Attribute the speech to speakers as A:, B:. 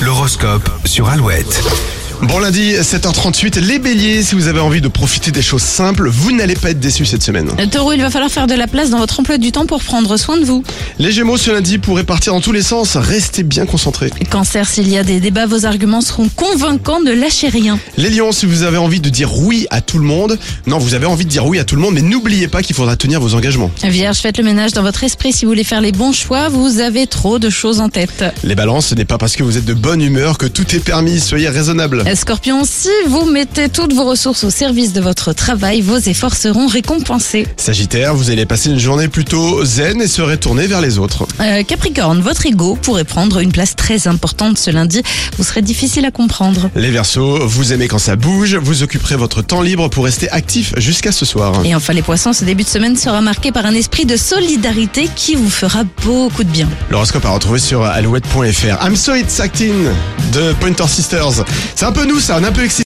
A: L'horoscope sur Alouette.
B: Bon lundi, 7h38, les béliers, si vous avez envie de profiter des choses simples, vous n'allez pas être déçus cette semaine.
C: Euh, Taureau, il va falloir faire de la place dans votre emploi du temps pour prendre soin de vous.
B: Les gémeaux, ce lundi, pourraient partir dans tous les sens, restez bien concentrés.
C: Cancer, s'il y a des débats, vos arguments seront convaincants, ne lâchez rien.
B: Les lions, si vous avez envie de dire oui à tout le monde, non, vous avez envie de dire oui à tout le monde, mais n'oubliez pas qu'il faudra tenir vos engagements.
C: Vierge, faites le ménage dans votre esprit si vous voulez faire les bons choix, vous avez trop de choses en tête.
B: Les balances, ce n'est pas parce que vous êtes de bonne humeur que tout est permis, soyez raisonnable.
C: Euh, Scorpion, si vous mettez toutes vos ressources au service de votre travail, vos efforts seront récompensés.
B: Sagittaire, vous allez passer une journée plutôt zen et serez tourné vers les autres.
C: Euh, Capricorne, votre ego pourrait prendre une place très importante ce lundi, vous serez difficile à comprendre.
B: Les versos, vous aimez quand ça bouge, vous occuperez votre temps libre pour rester actif jusqu'à ce soir.
C: Et enfin les poissons, ce début de semaine sera marqué par un esprit de solidarité qui vous fera beaucoup de bien.
B: L'horoscope à retrouver sur alouette.fr. I'm so it's acting de Pointer Sisters. C'est un peu nous ça, on est un peu excités.